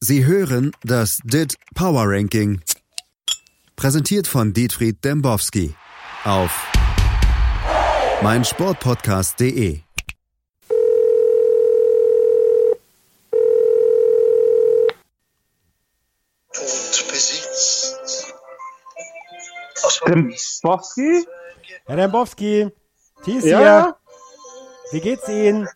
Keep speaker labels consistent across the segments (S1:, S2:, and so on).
S1: Sie hören das DIT Power Ranking. Präsentiert von Dietfried Dembowski auf meinsportpodcast.de.
S2: und Besitz. Aus
S3: Dembowski?
S4: Herr Dembowski, Thies
S3: Ja?
S4: hier. Wie geht's Ihnen?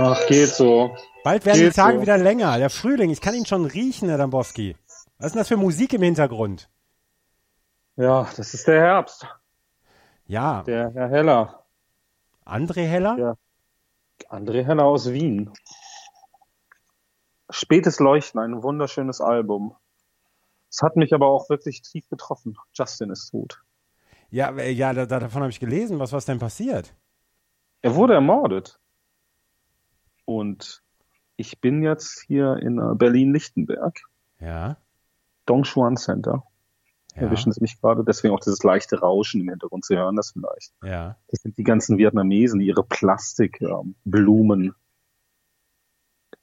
S3: Ach, geht so.
S4: Bald werden
S3: Geht
S4: die Tage
S3: so.
S4: wieder länger. Der Frühling, ich kann ihn schon riechen, Herr Dembowski. Was ist denn das für Musik im Hintergrund?
S3: Ja, das ist der Herbst.
S4: Ja,
S3: Der Herr Heller.
S4: André Heller?
S3: Ja. André Heller aus Wien. Spätes Leuchten, ein wunderschönes Album. Es hat mich aber auch wirklich tief getroffen. Justin ist tot.
S4: Ja, äh, ja, da, da, davon habe ich gelesen. Was was denn passiert?
S3: Er wurde ermordet. Und ich bin jetzt hier in äh, Berlin-Lichtenberg.
S4: Ja.
S3: Dongshuan Center.
S4: Ja,
S3: Erwischen es mich gerade. Deswegen auch dieses leichte Rauschen im Hintergrund. Sie hören das vielleicht.
S4: ja.
S3: Das sind die ganzen Vietnamesen, die ihre Plastikblumen ähm,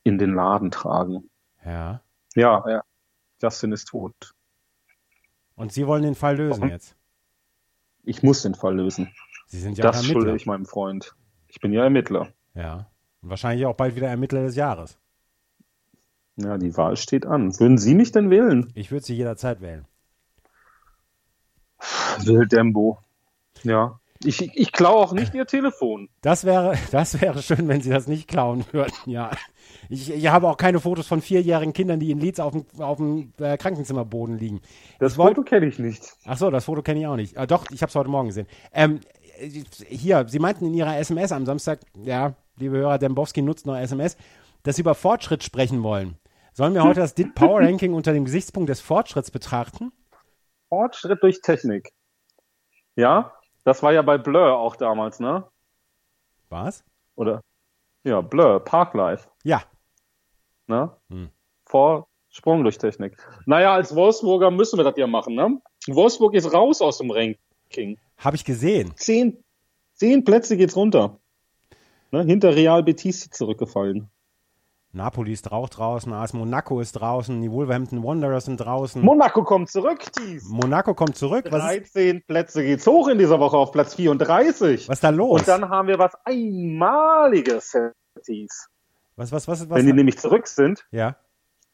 S3: in den Laden tragen.
S4: ja.
S3: Ja, ja. Justin ist tot.
S4: Und Sie wollen den Fall lösen
S3: Mhm.
S4: jetzt.
S3: Ich muss den Fall lösen.
S4: Sie sind ja auch
S3: das
S4: Ermittler.
S3: schulde ich meinem Freund. Ich bin ja Ermittler.
S4: Ja. Und wahrscheinlich auch bald wieder Ermittler des Jahres.
S3: Ja, die Wahl steht an. Würden Sie mich denn wählen?
S4: Ich würde Sie jederzeit wählen.
S3: Will Dembo. Ja. Ich, ich klaue auch nicht Ihr Telefon.
S4: Das wäre, das wäre schön, wenn sie das nicht klauen würden, ja. Ich, ich habe auch keine Fotos von vierjährigen Kindern, die in Leeds auf dem, auf dem äh, Krankenzimmerboden liegen.
S3: Das
S4: Ich wollt-
S3: Foto kenne ich nicht.
S4: Ach so, das Foto kenne ich auch nicht. Ah, doch, ich habe es heute Morgen gesehen. Ähm, äh, hier, Sie meinten in Ihrer SMS am Samstag, ja, liebe Hörer, Dembowski nutzt noch SMS, dass Sie über Fortschritt sprechen wollen. Sollen wir heute das DIT Power Ranking unter dem Gesichtspunkt des Fortschritts betrachten?
S3: Fortschritt durch Technik. Ja, das war ja bei Blur auch damals, ne?
S4: Was?
S3: Oder? Ja, Blur, Parklife.
S4: Ja,
S3: Ne?
S4: Hm.
S3: Vorsprung durch Technik. Naja, als Wolfsburger müssen wir das ja machen. Ne? Wolfsburg ist raus aus dem Ranking.
S4: habe ich gesehen.
S3: Zehn, zehn Plätze geht's runter. Ne? Hinter Real Betis zurückgefallen.
S4: Napoli ist auch draußen, AS Monaco ist draußen, die Wolverhampton Wanderers sind draußen.
S3: Monaco kommt zurück, Thies.
S4: Monaco kommt zurück. Hm. Was ist,
S3: 13 Plätze geht's hoch in dieser Woche auf Platz 34.
S4: was ist da los?
S3: Und dann haben wir was Einmaliges, Herr Thies.
S4: was, was, was, was?
S3: Wenn die nämlich zurück sind,
S4: ja,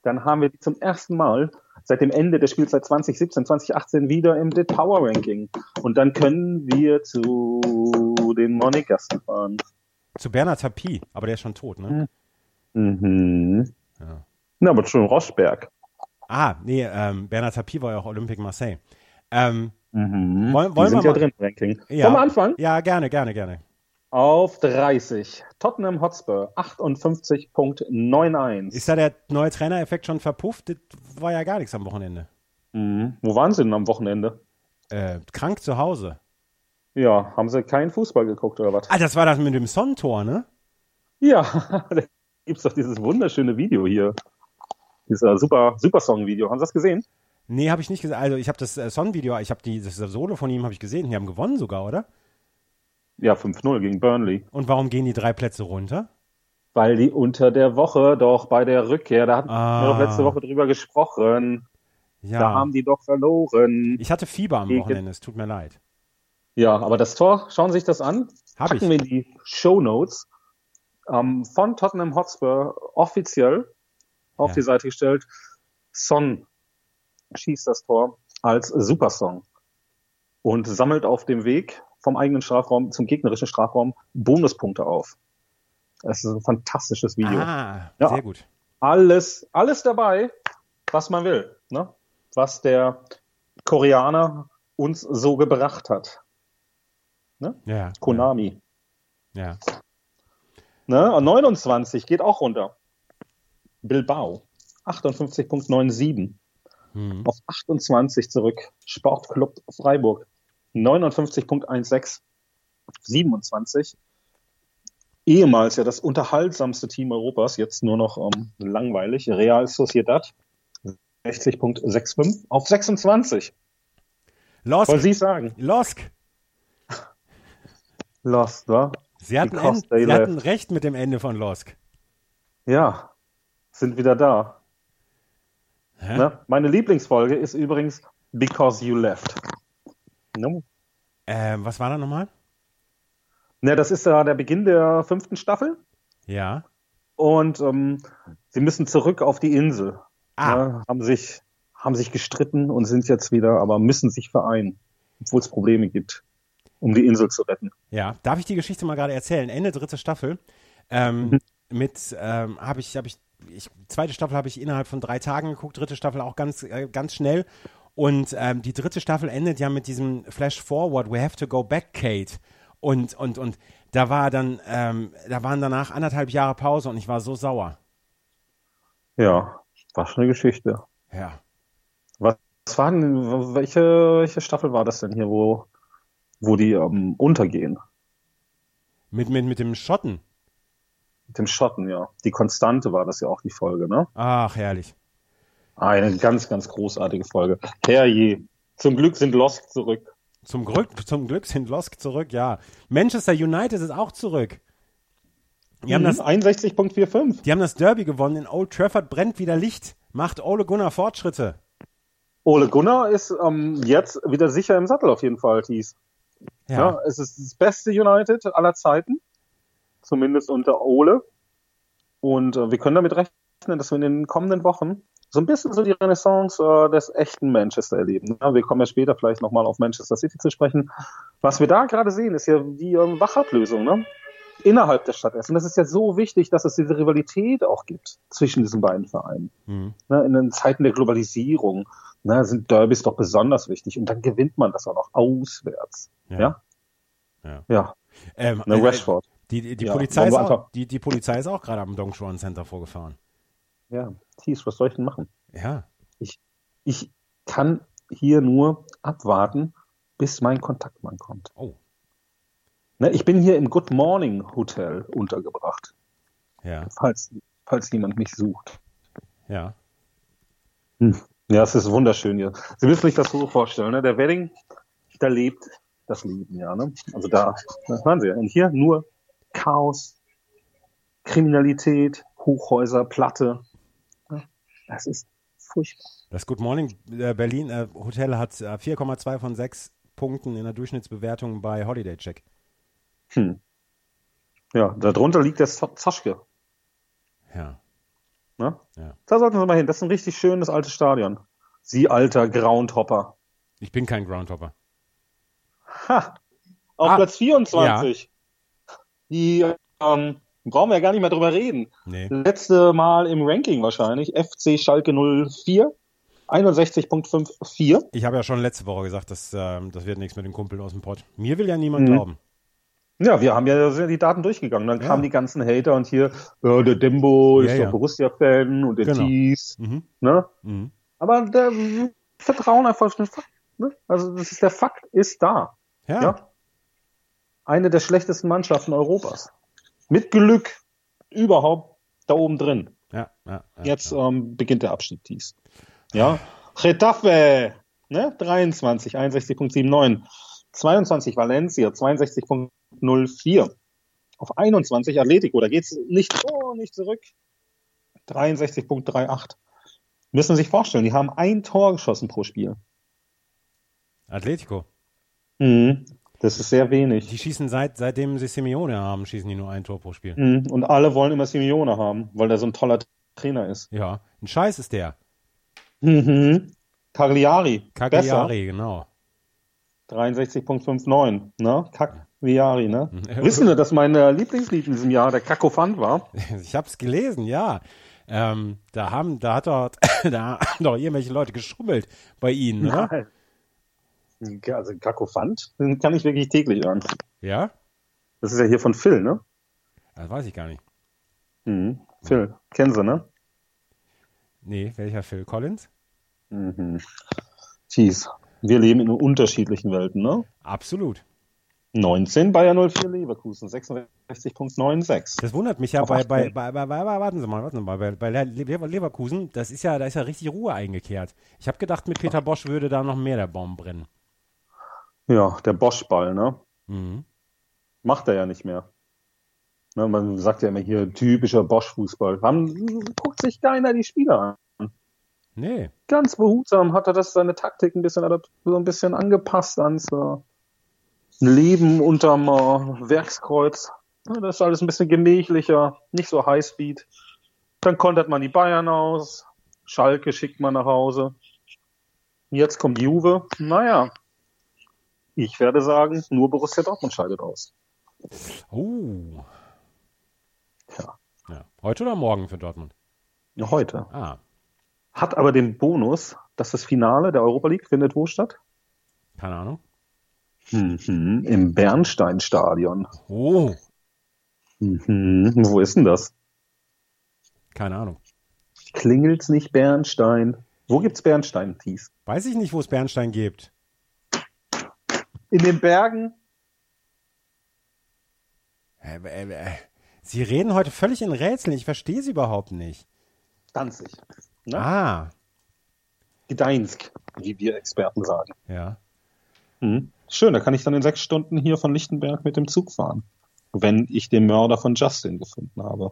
S3: dann haben wir die zum ersten Mal seit dem Ende der Spielzeit 2017, 2018 wieder im Dit Power Ranking. Und dann können wir zu den Monegasten fahren.
S4: zu Bernhard Tapie, aber der ist schon tot, ne?
S3: Mhm.
S4: Ja.
S3: Na, aber schon Rosberg.
S4: Ah, nee, ähm, Bernhard Tapie war ja auch Olympique Marseille. Ähm,
S3: Mhm.
S4: Wollen-
S3: die
S4: wollen
S3: sind
S4: wir
S3: ja
S4: mal-
S3: drin im Ranking.
S4: Ja.
S3: Wollen wir anfangen?
S4: ja, gerne, gerne, gerne.
S3: Auf 30. Tottenham Hotspur 58.91.
S4: Ist da der neue Trainereffekt schon verpufft? Das war ja gar nichts am Wochenende.
S3: Mhm. Wo waren sie denn am Wochenende?
S4: Äh, krank zu Hause.
S3: Ja, haben sie keinen Fußball geguckt oder was?
S4: Ah, das war das mit dem Sonnentor, ne?
S3: Ja, da gibt's doch dieses wunderschöne Video hier. Dieser super, super Song-Video. Haben Sie das gesehen?
S4: Nee, habe ich nicht gesehen. Also ich habe das äh, Son-Video, ich habe das Solo von ihm, habe ich gesehen. Die haben gewonnen sogar, oder?
S3: Ja, 5-0 gegen Burnley.
S4: Und warum gehen die drei Plätze runter?
S3: Weil die unter der Woche doch bei der Rückkehr, da hatten
S4: Ah.
S3: wir doch letzte Woche drüber gesprochen,
S4: Ja,
S3: da haben die doch verloren.
S4: ich hatte Fieber am
S3: Gegen-
S4: Wochenende, es tut mir leid.
S3: Ja, aber das Tor, schauen Sie sich das an.
S4: Hab ich.
S3: Packen wir in die Show Notes ähm, von Tottenham Hotspur offiziell auf
S4: Ja.
S3: die Seite gestellt. Son schießt das Tor als Supersong und sammelt auf dem Weg vom eigenen Strafraum zum gegnerischen Strafraum Bonuspunkte auf. Es ist ein fantastisches Video.
S4: Ah,
S3: Ja.
S4: sehr gut.
S3: Alles, alles dabei, was man will. Ne? Was der Koreaner uns so gebracht hat.
S4: Ja.
S3: Konami.
S4: Ja.
S3: Ne? Und 29 geht auch runter. Bilbao. 58.97.
S4: Hm.
S3: Auf 28 zurück. Sportclub Freiburg. 59.16. 27. Ehemals ja das unterhaltsamste Team Europas, jetzt nur noch ähm, langweilig. Real Sociedad. 60.65 auf 26. Wollen
S4: Losk,
S3: Sie es sagen?
S4: Losk.
S3: Lost, wa?
S4: Sie hatten,
S3: Because
S4: ein,
S3: they
S4: sie hatten recht mit dem Ende von Losk.
S3: Ja, sind wieder da. Ne? Meine Lieblingsfolge ist übrigens Because You Left. Ne?
S4: Ähm, was war da nochmal?
S3: Ne, das ist ja der Beginn der fünften Staffel
S4: Ja.
S3: und ähm, sie müssen zurück auf die Insel.
S4: Ah.
S3: Ne? Haben, sich, haben sich gestritten und sind jetzt wieder, aber müssen sich vereinen, obwohl es Probleme gibt, um die Insel zu retten.
S4: Ja, darf ich die Geschichte mal gerade erzählen? Ende dritte Staffel ähm, mit ähm, habe ich habe ich, ich zweite Staffel habe ich innerhalb von drei Tagen geguckt, dritte Staffel auch ganz äh, ganz schnell und ähm, die dritte Staffel endet ja mit diesem Flash Forward, we have to go back, Kate und und und da war dann ähm, da waren danach anderthalb Jahre Pause und ich war so sauer.
S3: Ja, war schon eine Geschichte.
S4: Ja,
S3: Was war denn, welche, welche Staffel war das denn hier, wo, wo die ähm, untergehen?
S4: mit mit mit dem Schotten.
S3: Mit dem Schotten, ja. Die Konstante war das ja auch die Folge, ne?
S4: Ach herrlich.
S3: Eine ganz, ganz großartige Folge. Herrje. Zum Glück sind Lost zurück.
S4: Zum Glück, zum Glück sind Losk zurück, ja. Manchester United ist auch zurück. Die haben
S3: Mhm,
S4: das
S3: 61.45.
S4: Die haben das Derby gewonnen. In Old Trafford brennt wieder Licht. Macht Ole Gunnar Fortschritte.
S3: Ole Gunnar ist ähm, jetzt wieder sicher im Sattel auf jeden Fall, Thies. Ja. Ne? es ist das beste United aller Zeiten. Zumindest unter Ole. Und äh, wir können damit rechnen, dass wir in den kommenden Wochen so ein bisschen so die Renaissance äh, des echten Manchester erleben. Ja, wir kommen ja später vielleicht nochmal auf Manchester City zu sprechen. Was wir da gerade sehen, ist ja die ähm, Wachablösung ne? innerhalb der Stadt Essen. Das ist ja so wichtig, dass es diese Rivalität auch gibt zwischen diesen beiden Vereinen.
S4: Mhm.
S3: Ne? In den Zeiten der Globalisierung ne, sind Derbys doch besonders wichtig. Und dann gewinnt man das auch noch auswärts.
S4: Ja.
S3: ja?
S4: Ja.
S3: Ja,
S4: Ähm,
S3: ne,
S4: äh,
S3: Rashford.
S4: Die, die, die,
S3: Ja,
S4: Polizei ist
S3: wollen wir
S4: auch,
S3: einfach-
S4: die, die Polizei ist auch gerade am Dongshuan Center vorgefahren.
S3: Ja, Thies, was soll ich denn machen?
S4: Ja.
S3: Ich kann hier nur abwarten, bis mein Kontaktmann kommt.
S4: Oh.
S3: Ne, ich bin hier im Good Morning Hotel untergebracht,
S4: Ja.
S3: falls, falls niemand mich sucht.
S4: Ja.
S3: Ja, es ist wunderschön hier. Sie müssen sich das so vorstellen, ne? Der Wedding, da lebt das Leben, ja, ne? Also da, das waren sie. ja. Und hier nur Chaos, Kriminalität, Hochhäuser, Platte. Ne? Das ist furchtbar.
S4: Das Good Morning äh, Berlin äh, Hotel hat äh, 4,2 von 6 Punkten in der Durchschnittsbewertung bei Holiday Check.
S3: Hm. Ja, darunter liegt der Zo- Zoschke.
S4: Ja.
S3: Ne?
S4: Ja.
S3: Da sollten wir mal hin. Das ist ein richtig schönes altes Stadion. Sie alter Groundhopper.
S4: Ich bin kein Groundhopper.
S3: Ha! Auf
S4: Ah,
S3: Platz 24. Die ähm, brauchen wir ja gar nicht mehr drüber reden.
S4: Nee.
S3: Letzte Mal im Ranking wahrscheinlich. FC Schalke 04. 61.54.
S4: Ich habe ja schon letzte Woche gesagt, dass, ähm, das wird nichts mit den Kumpeln aus dem Pott. Mir will ja niemand
S3: Mhm.
S4: glauben.
S3: Ja, wir haben ja sind ja die Daten durchgegangen. Dann
S4: Ja.
S3: kamen die ganzen Hater und hier, äh, der Dembo
S4: Ja,
S3: ist
S4: ja.
S3: doch Borussia-Fan und der
S4: Genau.
S3: Thies.
S4: Mhm.
S3: Ne?
S4: Mhm.
S3: Aber der Vertrauen einfach schon Fakt. Ne? Also das ist, der Fakt ist da.
S4: Ja.
S3: Ja. Eine der schlechtesten Mannschaften Europas. Mit Glück überhaupt da oben drin.
S4: Ja. ja, ja,
S3: Jetzt
S4: ja.
S3: ähm, beginnt der Abstieg dies. Ja. Getafe, ne? 23, 61.79. 22 Valencia, 62.04. Auf 21 Atletico, da geht's nicht vor, nicht zurück. 63.38. Müssen Sie sich vorstellen, die haben ein Tor geschossen pro Spiel.
S4: Atletico.
S3: Mhm. Das ist sehr wenig.
S4: Die schießen seit, seitdem sie Simeone haben, schießen die nur ein Tor pro Spiel.
S3: Mhm. Und alle wollen immer Simeone haben, weil der so ein toller Trainer ist.
S4: Ja, ein Scheiß ist der.
S3: Mhm. Cagliari, besser.
S4: Cagliari, genau.
S3: 63.59, ne? Kack-Viari, ne?
S4: Mhm.
S3: Wissen Sie, dass mein äh, Lieblingslied in diesem Jahr der Kakophant war?
S4: Ich hab's gelesen, ja. Ähm, da haben, da hat dort, da haben doch irgendwelche Leute geschummelt bei ihnen, oder?
S3: Nein. Also Kakophant, den kann ich wirklich täglich hören.
S4: Ja?
S3: Das ist ja hier von Phil, ne?
S4: Das weiß ich gar nicht.
S3: Mhm. Phil, kennen Sie, ne?
S4: Nee, welcher Phil Collins?
S3: Mhm. Jeez, wir leben in unterschiedlichen Welten, ne?
S4: Absolut.
S3: 19 Bayer 04 Leverkusen, 66.96.
S4: Das wundert mich ja
S3: Auf
S4: bei,
S3: acht
S4: bei,
S3: Punkte.
S4: bei, bei, bei, warten Sie mal, warten Sie mal, bei, bei Lever- Leverkusen, das ist ja, da ist ja richtig Ruhe eingekehrt. Ich habe gedacht, mit Peter Bosch würde da noch mehr der Baum brennen.
S3: Ja, der Bosch-Ball, ne?
S4: Mhm.
S3: Macht er ja nicht mehr. Ne, man sagt ja immer hier typischer Bosch-Fußball. Haben- Guckt sich keiner die Spieler an.
S4: Nee.
S3: Ganz behutsam hat er das seine Taktik ein bisschen, adapt- so ein bisschen angepasst ans äh, Leben unterm äh, Werkskreuz. Ja, Das ist alles ein bisschen gemächlicher, nicht so Highspeed. Dann kontert man die Bayern aus, Schalke schickt man nach Hause. Jetzt kommt Juve. Naja, ich werde sagen, nur Borussia Dortmund scheidet aus.
S4: Oh.
S3: Ja.
S4: Ja. Heute oder morgen für Dortmund?
S3: Heute.
S4: Ah,
S3: Hat aber den Bonus, dass das Finale der Europa League findet wo statt?
S4: keine Ahnung.
S3: Mhm, Im Bernsteinstadion.
S4: Oh,
S3: Mhm, wo ist denn das?
S4: keine Ahnung.
S3: Klingelt's nicht Bernstein? Wo gibt's Bernstein, Thies?
S4: Weiß ich nicht, wo es Bernstein gibt.
S3: In den Bergen?
S4: Äh, äh, äh, Sie reden heute völlig in Rätseln. Ich verstehe Sie überhaupt nicht.
S3: Danzig. Ne?
S4: Ah,
S3: Gdańsk, wie wir Experten sagen.
S4: ja.
S3: Mhm. Schön, da kann ich dann in sechs Stunden hier von Lichtenberg mit dem Zug fahren. Wenn ich den Mörder von Justin gefunden habe.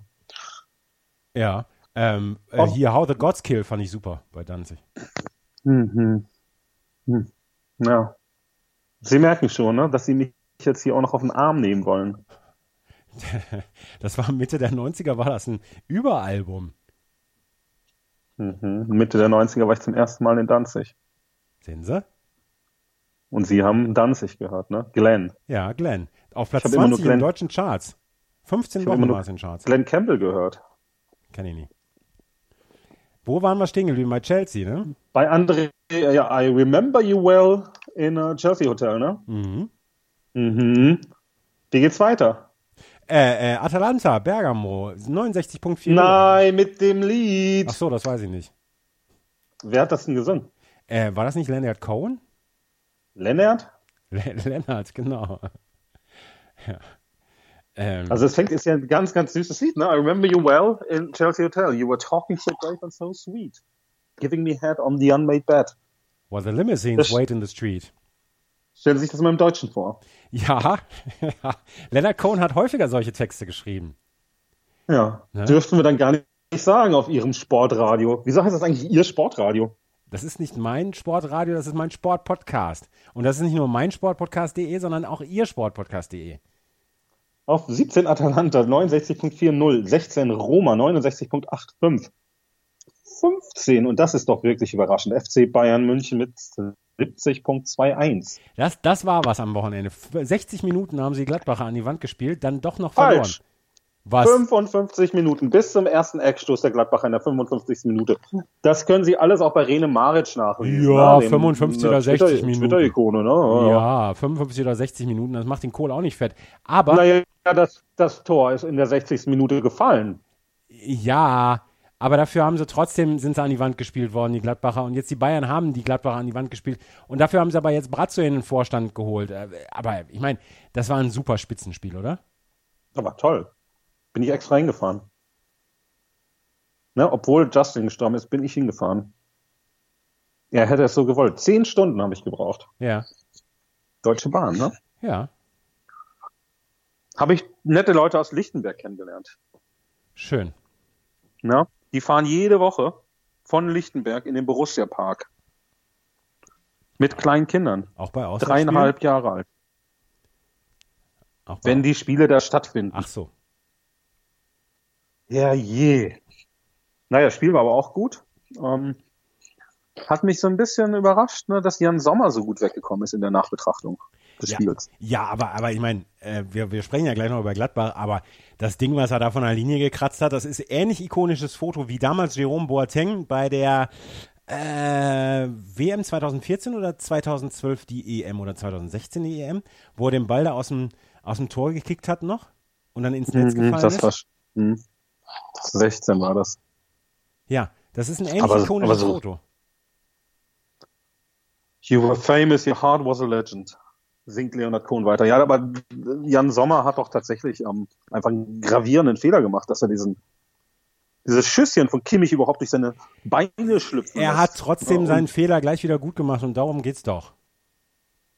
S4: Ja. Ähm, äh,
S3: Oh.
S4: hier, How the Gods Kill fand ich super bei Danzig.
S3: Mhm. Hm. Ja. Sie merken schon, ne, dass Sie mich jetzt hier auch noch auf den Arm nehmen wollen.
S4: Das war Mitte der 90er, war das ein Überalbum.
S3: Mhm. Mitte der 90er war ich zum ersten Mal in Danzig.
S4: Sehen Sie?
S3: Und sie haben Danzig gehört, ne? Glenn.
S4: Ja, Glenn. Auf Platz
S3: hab immer nur
S4: 20 in
S3: Glenn.
S4: deutschen Charts. 15
S3: Ich hab
S4: Wochen
S3: immer nur-
S4: war es in Charts.
S3: Glenn Campbell gehört.
S4: Kenn ich nie. Wo waren wir stehen geblieben? Bei Chelsea, ne?
S3: Bei André, äh, ja, I remember you well in a Chelsea Hotel, ne?
S4: Mhm.
S3: Mhm. Wie geht's weiter?
S4: Äh, äh, Atalanta, Bergamo, 69.4.
S3: Nein, mit dem Lied.
S4: Ach so, das weiß ich nicht.
S3: Wer hat das denn gesungen?
S4: Äh, war das nicht Leonard Cohen?
S3: Lennart?
S4: Le Leonard, genau. ja. Ähm,
S3: Also es fängt, ist ja ein ganz, ganz süßes Lied, ne? I remember you well in Chelsea Hotel. You were talking so great and so sweet. Giving me head on the unmade bed.
S4: while the limousines
S3: das-
S4: wait in the street.
S3: Stellen Sie sich das mal im Deutschen vor.
S4: Ja, ja. Leonard Cohen hat häufiger solche Texte geschrieben.
S3: Ja.
S4: Ne?
S3: Dürften wir dann gar nicht sagen auf Ihrem Sportradio. Wieso heißt das eigentlich Ihr Sportradio?
S4: Das ist nicht mein Sportradio, das ist mein Sportpodcast. Und das ist nicht nur mein Sportpodcast.de, sondern auch ihr Sportpodcast.de.
S3: Auf 17 Atalanta 69.40, 16 Roma 69.85, 15 und das ist doch wirklich überraschend. FC Bayern München mit 70.21.
S4: Das, das war was am Wochenende. F- 60 Minuten haben sie Gladbacher an die Wand gespielt, dann doch noch verloren.
S3: Falsch.
S4: Was?
S3: 55 Minuten bis zum ersten Eckstoß der Gladbacher in der 55. Minute. Das können Sie alles auch bei Rene Maric nachlesen.
S4: Ja,
S3: ne? Dem,
S4: 55 oder
S3: äh,
S4: 60
S3: Twitter-
S4: Minuten.
S3: Twitter-Ikone, ne?
S4: Ja, 55 oder 60 Minuten, das macht den Kohl auch nicht fett. Aber,
S3: Naja, das, das Tor ist in der 60. Minute gefallen.
S4: ja, aber dafür haben sie trotzdem, sind sie an die Wand gespielt worden, die Gladbacher. Und jetzt die Bayern haben die Gladbacher an die Wand gespielt. Und dafür haben sie aber jetzt Brazzo in den Vorstand geholt. Äh, Aber ich meine, das war ein super Spitzenspiel, oder?
S3: Aber toll. Bin ich extra hingefahren. Ne, obwohl Justin gestorben ist, bin ich hingefahren. Er hätte es so gewollt. Zehn Stunden habe ich gebraucht.
S4: Ja,
S3: Deutsche Bahn, ne?
S4: ja,
S3: Habe ich nette Leute aus Lichtenberg kennengelernt.
S4: schön.
S3: Ne? Die fahren jede Woche von Lichtenberg in den Borussia Park. Mit kleinen Kindern.
S4: Auch bei Auswärtsspielen?
S3: Dreieinhalb Jahre alt.
S4: Auch bei
S3: Wenn die Spiele da stattfinden.
S4: Ach so.
S3: Ja, je. Naja, Spiel war aber auch gut. Ähm, hat mich so ein bisschen überrascht, ne, dass Jan Sommer so gut weggekommen ist in der Nachbetrachtung des
S4: Ja.
S3: Spiels.
S4: Ja, aber, aber ich meine, äh, wir, wir sprechen ja gleich noch über Gladbach, aber das Ding, was er da von der Linie gekratzt hat, das ist ähnlich ikonisches Foto wie damals Jerome Boateng bei der äh, WM 2014 oder 2012 die EM oder 2016 die EM, wo er den Ball da aus dem, aus dem Tor gekickt hat noch und dann ins Netz gefallen
S3: das
S4: ist.
S3: war sch- mhm. 16 war das.
S4: ja, das ist ein ähnlich
S3: Aber-
S4: ikonisches
S3: aber so-
S4: Foto.
S3: You were famous, your heart was a legend. Singt Leonard Cohen weiter. Ja, aber Jan Sommer hat doch tatsächlich ähm, einfach einen gravierenden Fehler gemacht, dass er diesen dieses Schüsschen von Kimmich überhaupt durch seine Beine schlüpfen
S4: Er
S3: lässt.
S4: hat trotzdem
S3: Ja,
S4: seinen Fehler gleich wieder gut gemacht und darum geht's doch.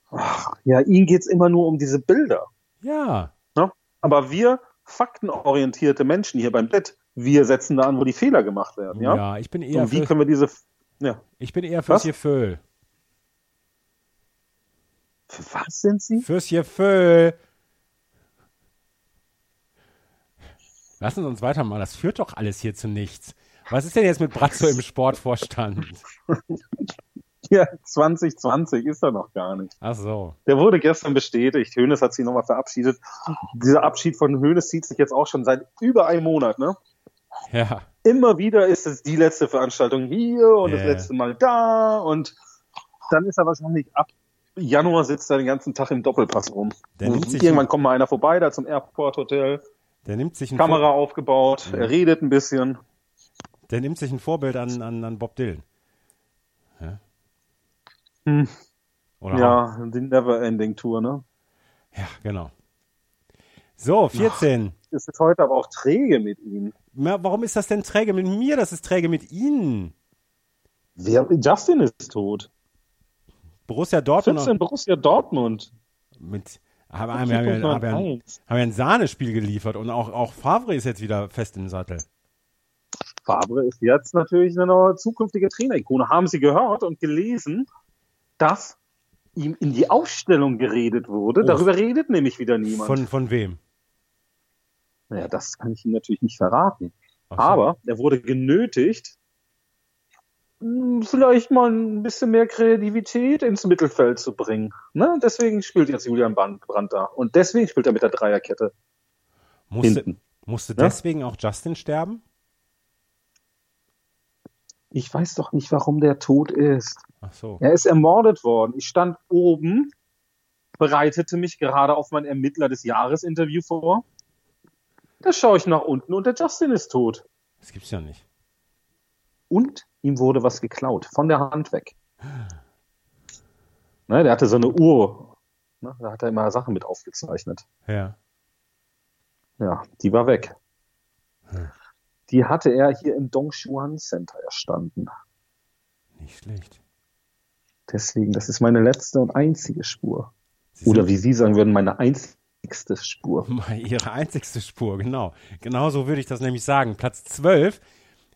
S3: und- Ja, ihm geht's immer nur um diese Bilder.
S4: Ja,
S3: Ne? Aber wir faktenorientierte Menschen hier beim Bett, wir setzen da an, wo die Fehler gemacht werden.
S4: ja,
S3: Ja?
S4: ich bin eher
S3: und wie
S4: für,
S3: können wir diese Ja.
S4: Ich bin eher fürs
S3: Was?
S4: Gefühl.
S3: Für was sind sie?
S4: Fürs Gefühl. Lassen Sie uns weitermachen. Das führt doch alles hier zu nichts. Was ist denn jetzt mit Bratzo im Sportvorstand?
S3: Ja, 2020 ist er noch gar nicht.
S4: Ach so.
S3: Der wurde gestern bestätigt. Hönes hat sich nochmal verabschiedet. Dieser Abschied von Hönes zieht sich jetzt auch schon seit über einem Monat, ne?
S4: Ja.
S3: Immer wieder ist es die letzte Veranstaltung hier und das
S4: Ja.
S3: letzte Mal da und dann ist er wahrscheinlich ab Januar sitzt er den ganzen Tag im Doppelpass rum.
S4: Der nimmt sich-
S3: Irgendwann kommt mal einer vorbei, da zum Airport Hotel,
S4: Der nimmt sich ein,
S3: Kamera
S4: Vor
S3: aufgebaut, er redet ein bisschen.
S4: der nimmt sich ein Vorbild an, an, an Bob Dylan. Ja.
S3: Hm.
S4: Oder
S3: Ja, die Never-Ending Tour, ne?
S4: ja, genau. So, 14.
S3: Es ist heute aber auch träge mit ihm.
S4: Ma- Warum ist das denn träge mit mir? Das ist träge mit Ihnen.
S3: Wer, Justin ist tot.
S4: Borussia Dortmund.
S3: 14 Borussia Dortmund.
S4: Mit, haben, haben, haben, haben, haben, haben
S3: 4.1.
S4: ja ein Sahnespiel geliefert und auch, auch Favre ist jetzt wieder fest im Sattel.
S3: Fabre ist jetzt natürlich eine neue zukünftige Trainerikone. Haben Sie gehört und gelesen, dass ihm in die Aufstellung geredet wurde?
S4: Oh.
S3: Darüber redet nämlich wieder niemand.
S4: Von, von wem?
S3: naja, das kann ich Ihnen natürlich nicht verraten.
S4: Ach so.
S3: Aber er wurde genötigt, mh, vielleicht mal ein bisschen mehr Kreativität ins Mittelfeld zu bringen. Ne? Deswegen spielt jetzt Julian Brand Brandt da. Und deswegen spielt er mit der Dreierkette.
S4: musste,
S3: hinten.
S4: musste
S3: Ja?
S4: deswegen auch Justin sterben?
S3: Ich weiß doch nicht, warum der tot ist.
S4: Ach so.
S3: Er ist ermordet worden. Ich stand oben, bereitete mich gerade auf mein Ermittler des Jahres-Interview vor. Da schaue ich nach unten und der Justin ist tot.
S4: Das gibt's ja nicht.
S3: Und ihm wurde was geklaut, von der Hand weg. Ne, der hatte so eine Uhr. Ne, da hat er immer Sachen mit aufgezeichnet.
S4: Ja.
S3: Ja, die war weg. Die hatte er hier im Dongshuan Center erstanden.
S4: Nicht schlecht.
S3: Deswegen, das ist meine letzte und einzige Spur.
S4: Sie
S3: Oder
S4: sind
S3: wie Sie sagen würden, meine einzigste Spur.
S4: Ihre einzigste Spur, genau. Genau so würde ich das nämlich sagen. Platz 12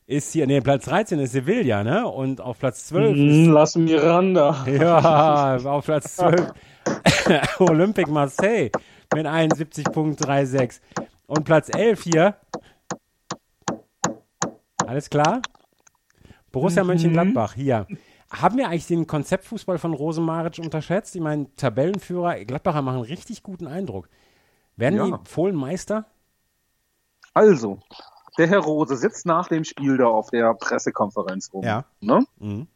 S4: ist hier, nee, Platz 13 ist Sevilla, ne? Und auf Platz 12
S3: Mhm.
S4: ist
S3: Hm, Lass Miranda.
S4: Ja, auf Platz 12. Olympique Marseille mit 71.36. Und Platz 11 hier. Alles klar? Borussia Mönchengladbach hier. Haben wir eigentlich den Konzeptfußball von Rosemaric unterschätzt? Ich meine, Tabellenführer, Gladbacher machen einen richtig guten Eindruck. Werden
S3: Ja.
S4: die Fohlenmeister?
S3: Also, der Herr Rose sitzt nach dem Spiel da auf der Pressekonferenz rum.
S4: Ja.
S3: Ne?
S4: Mhm.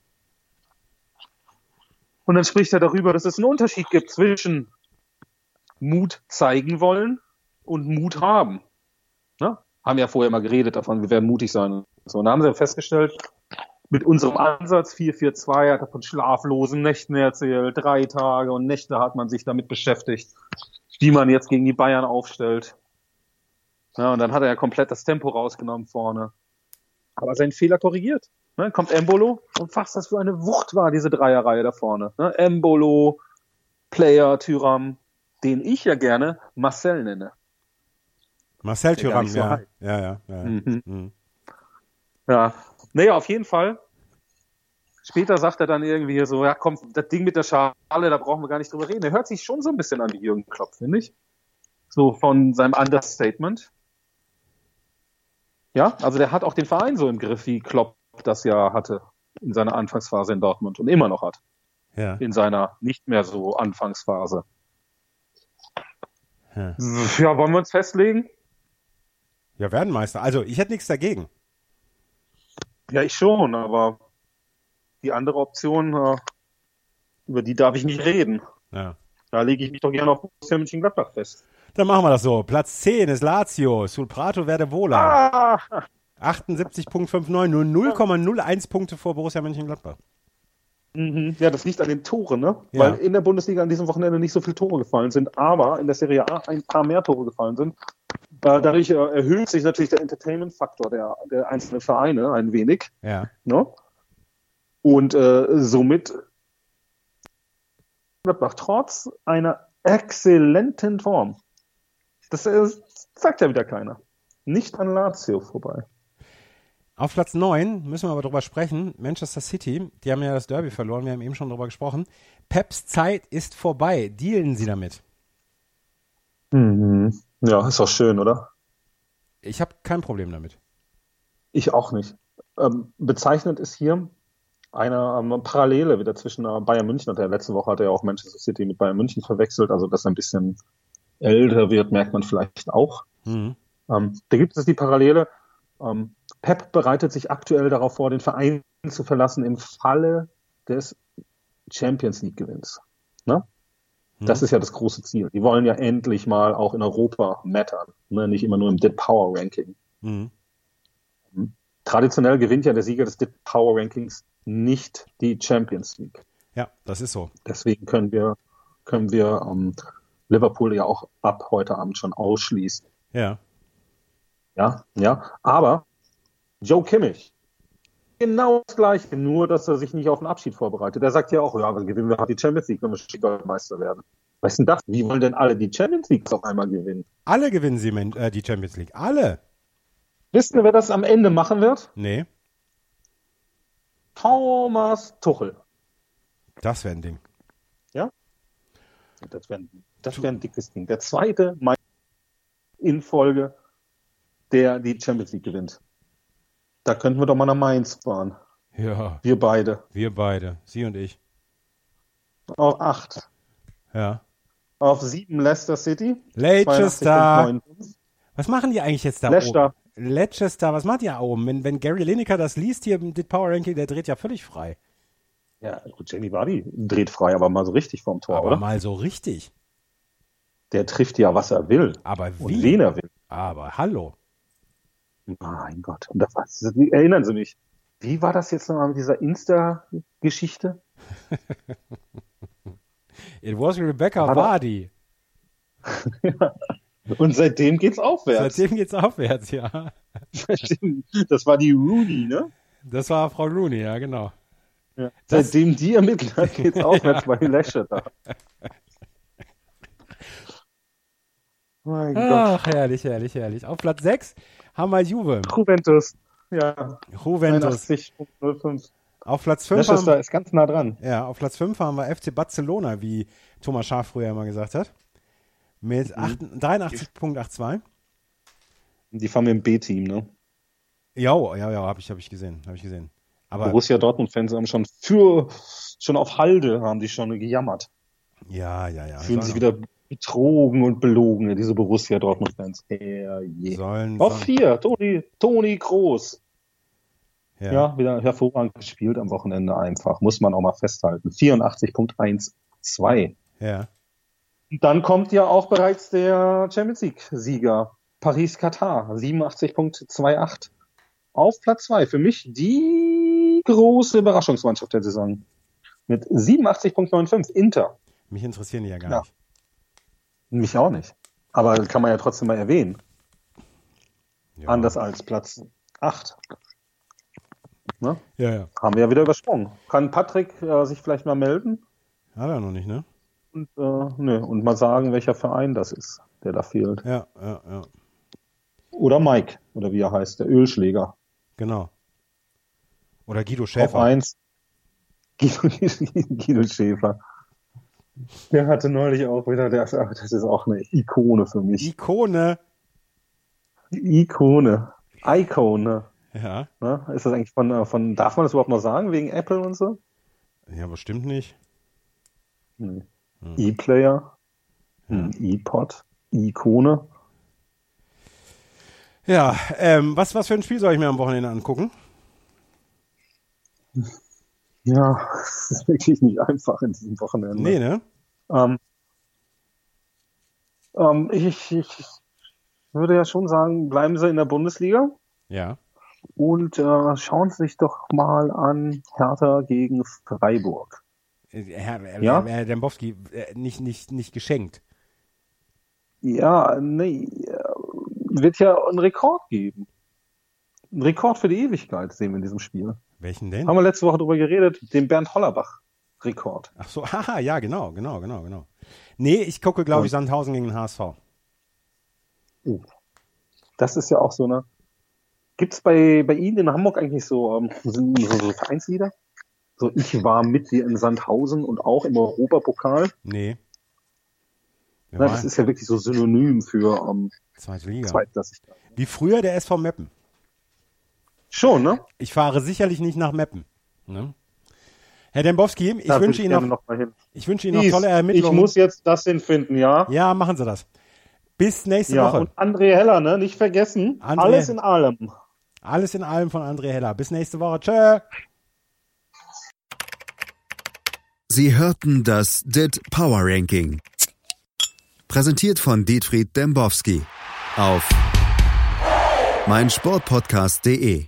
S3: Und dann spricht er darüber, dass es einen Unterschied gibt zwischen Mut zeigen wollen und Mut haben. Ne? Haben ja vorher mal geredet davon, wir werden mutig sein. und So, und da haben sie festgestellt, mit unserem Ansatz 442 hat er von schlaflosen Nächten erzählt, drei Tage und Nächte hat man sich damit beschäftigt, wie man jetzt gegen die Bayern aufstellt. Ja, Ne, und dann hat er ja komplett das Tempo rausgenommen vorne. Aber seinen Fehler korrigiert. Ne, kommt Embolo und was das für eine Wucht war, diese Dreierreihe da vorne. Ne, Embolo, Player, Tyram, den ich ja gerne Marcel nenne.
S4: Marcel
S3: ja gar
S4: Thuram,
S3: nicht so
S4: ja.
S3: heiß.
S4: ja. Ja, ja.
S3: Mhm.
S4: Mhm.
S3: Ja. Naja, auf jeden Fall. Später sagt er dann irgendwie hier so, ja komm, das Ding mit der Schale, da brauchen wir gar nicht drüber reden. Er hört sich schon so ein bisschen an wie Jürgen Klopp, finde ich. So von seinem Understatement. Ja, also der hat auch den Verein so im Griff, wie Klopp das ja hatte in seiner Anfangsphase in Dortmund und immer noch hat.
S4: Ja.
S3: in seiner nicht mehr so Anfangsphase.
S4: Ja.
S3: Ja, wollen wir uns festlegen?
S4: ja, werden Meister. Also, ich hätte nichts dagegen.
S3: Ja, ich schon, aber die andere Option, äh, über die darf ich nicht reden.
S4: Ja.
S3: Da lege ich mich doch gerne auf Borussia Mönchengladbach fest.
S4: Dann machen wir das so. Platz 10 ist Lazio. Sul Prato werde Vola.
S3: Ah,
S4: 78.59, nur 0,01 Punkte vor Borussia Mönchengladbach.
S3: mhm. Ja, das liegt an den Toren, ne?
S4: Ja.
S3: Weil in der Bundesliga an diesem Wochenende nicht so viele Tore gefallen sind, aber in der Serie A ein paar mehr Tore gefallen sind. Äh, dadurch äh, erhöht sich natürlich der Entertainment-Faktor der, der einzelnen Vereine ein wenig.
S4: Ja.
S3: Ne? Und äh, somit Gladbach trotz einer exzellenten Form. äh, Das ist, sagt ja wieder keiner. Nicht an Lazio vorbei.
S4: Auf Platz 9 müssen wir aber drüber sprechen. Manchester City, die haben ja das Derby verloren, wir haben eben schon drüber gesprochen. Peps Zeit ist vorbei. Dealen Sie damit.
S3: Mhm. Ja, ist auch schön, oder?
S4: Ich habe kein Problem damit.
S3: Ich auch nicht. Ähm, bezeichnet ist hier eine ähm, Parallele wieder zwischen äh, Bayern München und der letzten Woche hat er ja auch Manchester City mit Bayern München verwechselt, also dass er ein bisschen älter wird, merkt man vielleicht auch.
S4: Mhm.
S3: Ähm, da gibt es die Parallele. Ähm, Pep bereitet sich aktuell darauf vor, den Verein zu verlassen im Falle des Champions League Gewinns. Ne? Das ist ja das große Ziel. Die wollen ja endlich mal auch in Europa mattern, ne? nicht immer nur im Dead Power Ranking.
S4: Mhm.
S3: Traditionell gewinnt ja der Sieger des Dead Power Rankings nicht die Champions League.
S4: Ja, das ist so.
S3: Deswegen können wir, können wir ähm, Liverpool ja auch ab heute Abend schon ausschließen.
S4: Ja.
S3: Ja, ja. Aber Joe Kimmich, genau das Gleiche, nur dass er sich nicht auf den Abschied vorbereitet. Er sagt ja auch, ja, aber gewinnen wir halt die Champions League, wenn wir Schicksalmeister werden. Was ist denn das? Wie wollen denn alle die Champions League auf einmal gewinnen?
S4: Alle gewinnen sie men- äh, die Champions League. Alle.
S3: Wissen wir, wer das am Ende machen wird?
S4: Nee,
S3: Thomas Tuchel.
S4: das wäre ein Ding.
S3: Das wäre das wär ein dickes Ding. Der zweite Meister in Folge, der die Champions League gewinnt. Da könnten wir doch mal nach Mainz fahren.
S4: Ja,
S3: Wir beide.
S4: wir beide. Sie und ich.
S3: Auf acht.
S4: Ja.
S3: Auf sieben Leicester City.
S4: Leicester. Was machen die eigentlich jetzt da
S3: Leicester.
S4: oben? Leicester. Was macht die da oben? Wenn, wenn Gary Lineker das liest hier im Dit Power Ranking, der dreht ja völlig frei.
S3: Ja, gut, Jamie Vardy dreht frei, aber mal so richtig vorm Tor,
S4: Aber
S3: oder?
S4: mal so richtig.
S3: Der trifft ja, was er will.
S4: Aber
S3: Und
S4: wie?
S3: wen er will.
S4: Aber hallo.
S3: Mein Gott. Und das, war's. erinnern Sie mich. Wie war das jetzt nochmal mit dieser Insta-Geschichte?
S4: It was Rebecca
S3: Aber-
S4: Vardy.
S3: Und seitdem geht's aufwärts.
S4: Seitdem geht's aufwärts, ja.
S3: das war die Rooney, ne?
S4: Das war Frau Rooney, ja, genau.
S3: Ja.
S4: Das-
S3: Seitdem die ermittelt hat, geht's aufwärts bei Lasheter. Mein Gott.
S4: Ach, herrlich, herrlich, herrlich. Auf Platz 6 haben wir Juve.
S3: Juventus. Ja,
S4: Juventus.
S3: 81.05.
S4: Auf Platz 5
S3: Leicester
S4: haben,
S3: ist ganz nah dran.
S4: ja, auf Platz fünf haben wir FC Barcelona, wie Thomas Schaaf früher immer gesagt hat.
S3: Mhm.
S4: Mit acht- 83.82.
S3: Die fahren mit dem B-Team, ne?
S4: Ja, ja, ja, habe ich, hab ich gesehen. Hab ich gesehen. Aber
S3: Borussia Dortmund-Fans haben schon für, schon auf Halde haben die schon gejammert.
S4: ja, ja, ja.
S3: Fühlen sich
S4: sollen auch-
S3: wieder betrogen und belogen, ne, diese Borussia Dortmund-Fans. Herrje.
S4: Sollen,
S3: Auf
S4: sollen,
S3: vier, Toni, Toni Groß.
S4: ja.
S3: Ja. wieder hervorragend gespielt am Wochenende einfach. Muss man auch mal festhalten. 84.12.
S4: ja.
S3: Und Dann kommt ja auch bereits der Champions League-Sieger. Paris-Katar, 87.28. Auf Platz 2. Für mich die große Überraschungsmannschaft der Saison. Mit 87.95. Inter.
S4: Mich interessieren die ja gar
S3: Ja.
S4: nicht.
S3: Mich auch nicht. Aber kann man ja trotzdem mal erwähnen.
S4: Ja.
S3: Anders als Platz 8. Ne?
S4: Ja, ja.
S3: Haben wir ja wieder übersprungen. Kann Patrick äh, sich vielleicht mal melden
S4: Hat er noch nicht, ne?
S3: und, äh, ne, und mal sagen, welcher Verein das ist, der da fehlt.
S4: Ja, ja, ja.
S3: Oder Mike, oder wie er heißt, der Ölschläger.
S4: Genau. Oder Guido
S3: Auf
S4: Schäfer.
S3: eins. Guido, Guido Schäfer. Der hatte neulich auch wieder, der, ach, das ist auch eine Ikone für mich.
S4: Ikone.
S3: Ikone. Icone.
S4: Ja.
S3: Ne? Ist das eigentlich von, äh, von, darf man das überhaupt noch sagen, wegen Apple und so?
S4: Ja, bestimmt nicht.
S3: Nee. E-Player. Hm, E-Pod. Ikone.
S4: Ja, ähm, was, was für ein Spiel soll ich mir am Wochenende angucken?
S3: Ja, es ist wirklich nicht einfach in diesem Wochenende.
S4: Nee, ne?
S3: Ähm, ähm, ich, ich ich würde ja schon sagen, bleiben Sie in der Bundesliga.
S4: Ja.
S3: Und äh, schauen Sie sich doch mal an Hertha gegen Freiburg.
S4: Äh, Herr, Herr,
S3: Ja?
S4: Herr Dembowski, äh, nicht, nicht, nicht geschenkt.
S3: Ja, nee, äh, wird ja einen Rekord geben. Ein Rekord für die Ewigkeit sehen wir in diesem Spiel.
S4: Welchen denn?
S3: Haben wir letzte Woche darüber geredet, den Bernd Hollerbach-Rekord.
S4: Ach so, haha, ja, genau, genau, genau, genau. Nee, ich gucke, glaube ich, Sandhausen gegen den HSV.
S3: Das ist ja auch so eine Gibt es bei, bei Ihnen in Hamburg eigentlich so, ähm, so, so Vereinslieder? So, ich war mit dir in Sandhausen und auch im Europapokal.
S4: Nee.
S3: Na,
S4: Wir waren
S3: das ist ja wirklich so synonym für ähm,
S4: zweite Liga.
S3: zweitklassig.
S4: Wie früher der SV Meppen.
S3: Schon, ne?
S4: Ich fahre sicherlich nicht nach Meppen. Ne? Herr Dembowski, ich
S3: Da
S4: wünsche
S3: würd
S4: Ihnen
S3: gerne
S4: noch,
S3: noch mal hin.
S4: ich wünsche Ihnen noch
S3: Dies,
S4: tolle
S3: ich
S4: Ermittlungen.
S3: muss jetzt das hinfinden, ja?
S4: ja, machen Sie das. Bis nächste
S3: Ja,
S4: Woche.
S3: und André Heller, ne? Nicht vergessen.
S4: André.
S3: Alles in allem.
S4: Alles in allem von André Heller. Bis nächste Woche. Tschö.
S1: Sie hörten das DIT Power Ranking. Präsentiert von Dietfried Dembowski auf meinsportpodcast.de.